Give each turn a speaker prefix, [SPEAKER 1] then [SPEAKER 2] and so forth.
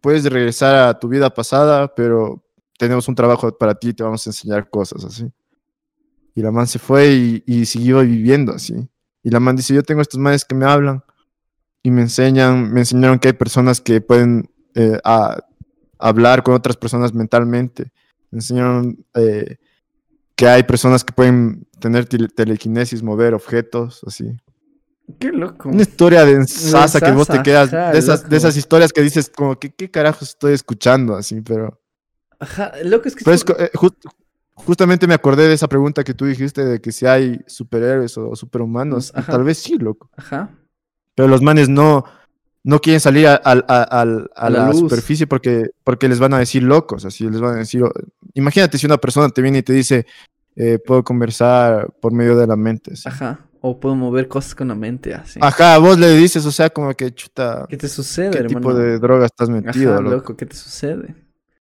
[SPEAKER 1] puedes regresar a tu vida pasada, pero tenemos un trabajo para ti, te vamos a enseñar cosas así. Y la man se fue y, y siguió viviendo así. Y la man dice, yo tengo estos manes que me hablan y me enseñan, me enseñaron que hay personas que pueden eh, a, hablar con otras personas mentalmente. Me enseñaron eh, que hay personas que pueden tener tele- telequinesis, mover objetos, así.
[SPEAKER 2] Qué loco.
[SPEAKER 1] Una historia de ensasa que vos te
[SPEAKER 2] Sasa,
[SPEAKER 1] quedas,
[SPEAKER 2] ajá,
[SPEAKER 1] de, esas,
[SPEAKER 2] loco.
[SPEAKER 1] de esas historias que dices como que qué carajo estoy escuchando, así, pero...
[SPEAKER 2] Ajá, loco es que
[SPEAKER 1] pero es
[SPEAKER 2] esto-
[SPEAKER 1] co- eh, just- justamente me acordé de esa pregunta que tú dijiste de que si hay superhéroes o superhumanos, y
[SPEAKER 2] Ajá.
[SPEAKER 1] tal vez sí, loco.
[SPEAKER 2] Ajá.
[SPEAKER 1] Pero los manes no, no quieren salir a, al- a- al- a
[SPEAKER 2] A la
[SPEAKER 1] la,
[SPEAKER 2] luz.
[SPEAKER 1] superficie porque, porque les van a decir locos, así les van a decir... o- Imagínate si una persona te viene y te dice, eh, puedo conversar por medio de la mente. así.
[SPEAKER 2] Ajá. O puedo mover cosas con la mente así.
[SPEAKER 1] Ajá, vos le dices, o sea, como que chuta,
[SPEAKER 2] ¿Qué te sucede,
[SPEAKER 1] ¿qué
[SPEAKER 2] hermano?
[SPEAKER 1] tipo de droga estás metido,
[SPEAKER 2] Ajá,
[SPEAKER 1] loco?
[SPEAKER 2] loco, ¿qué te sucede?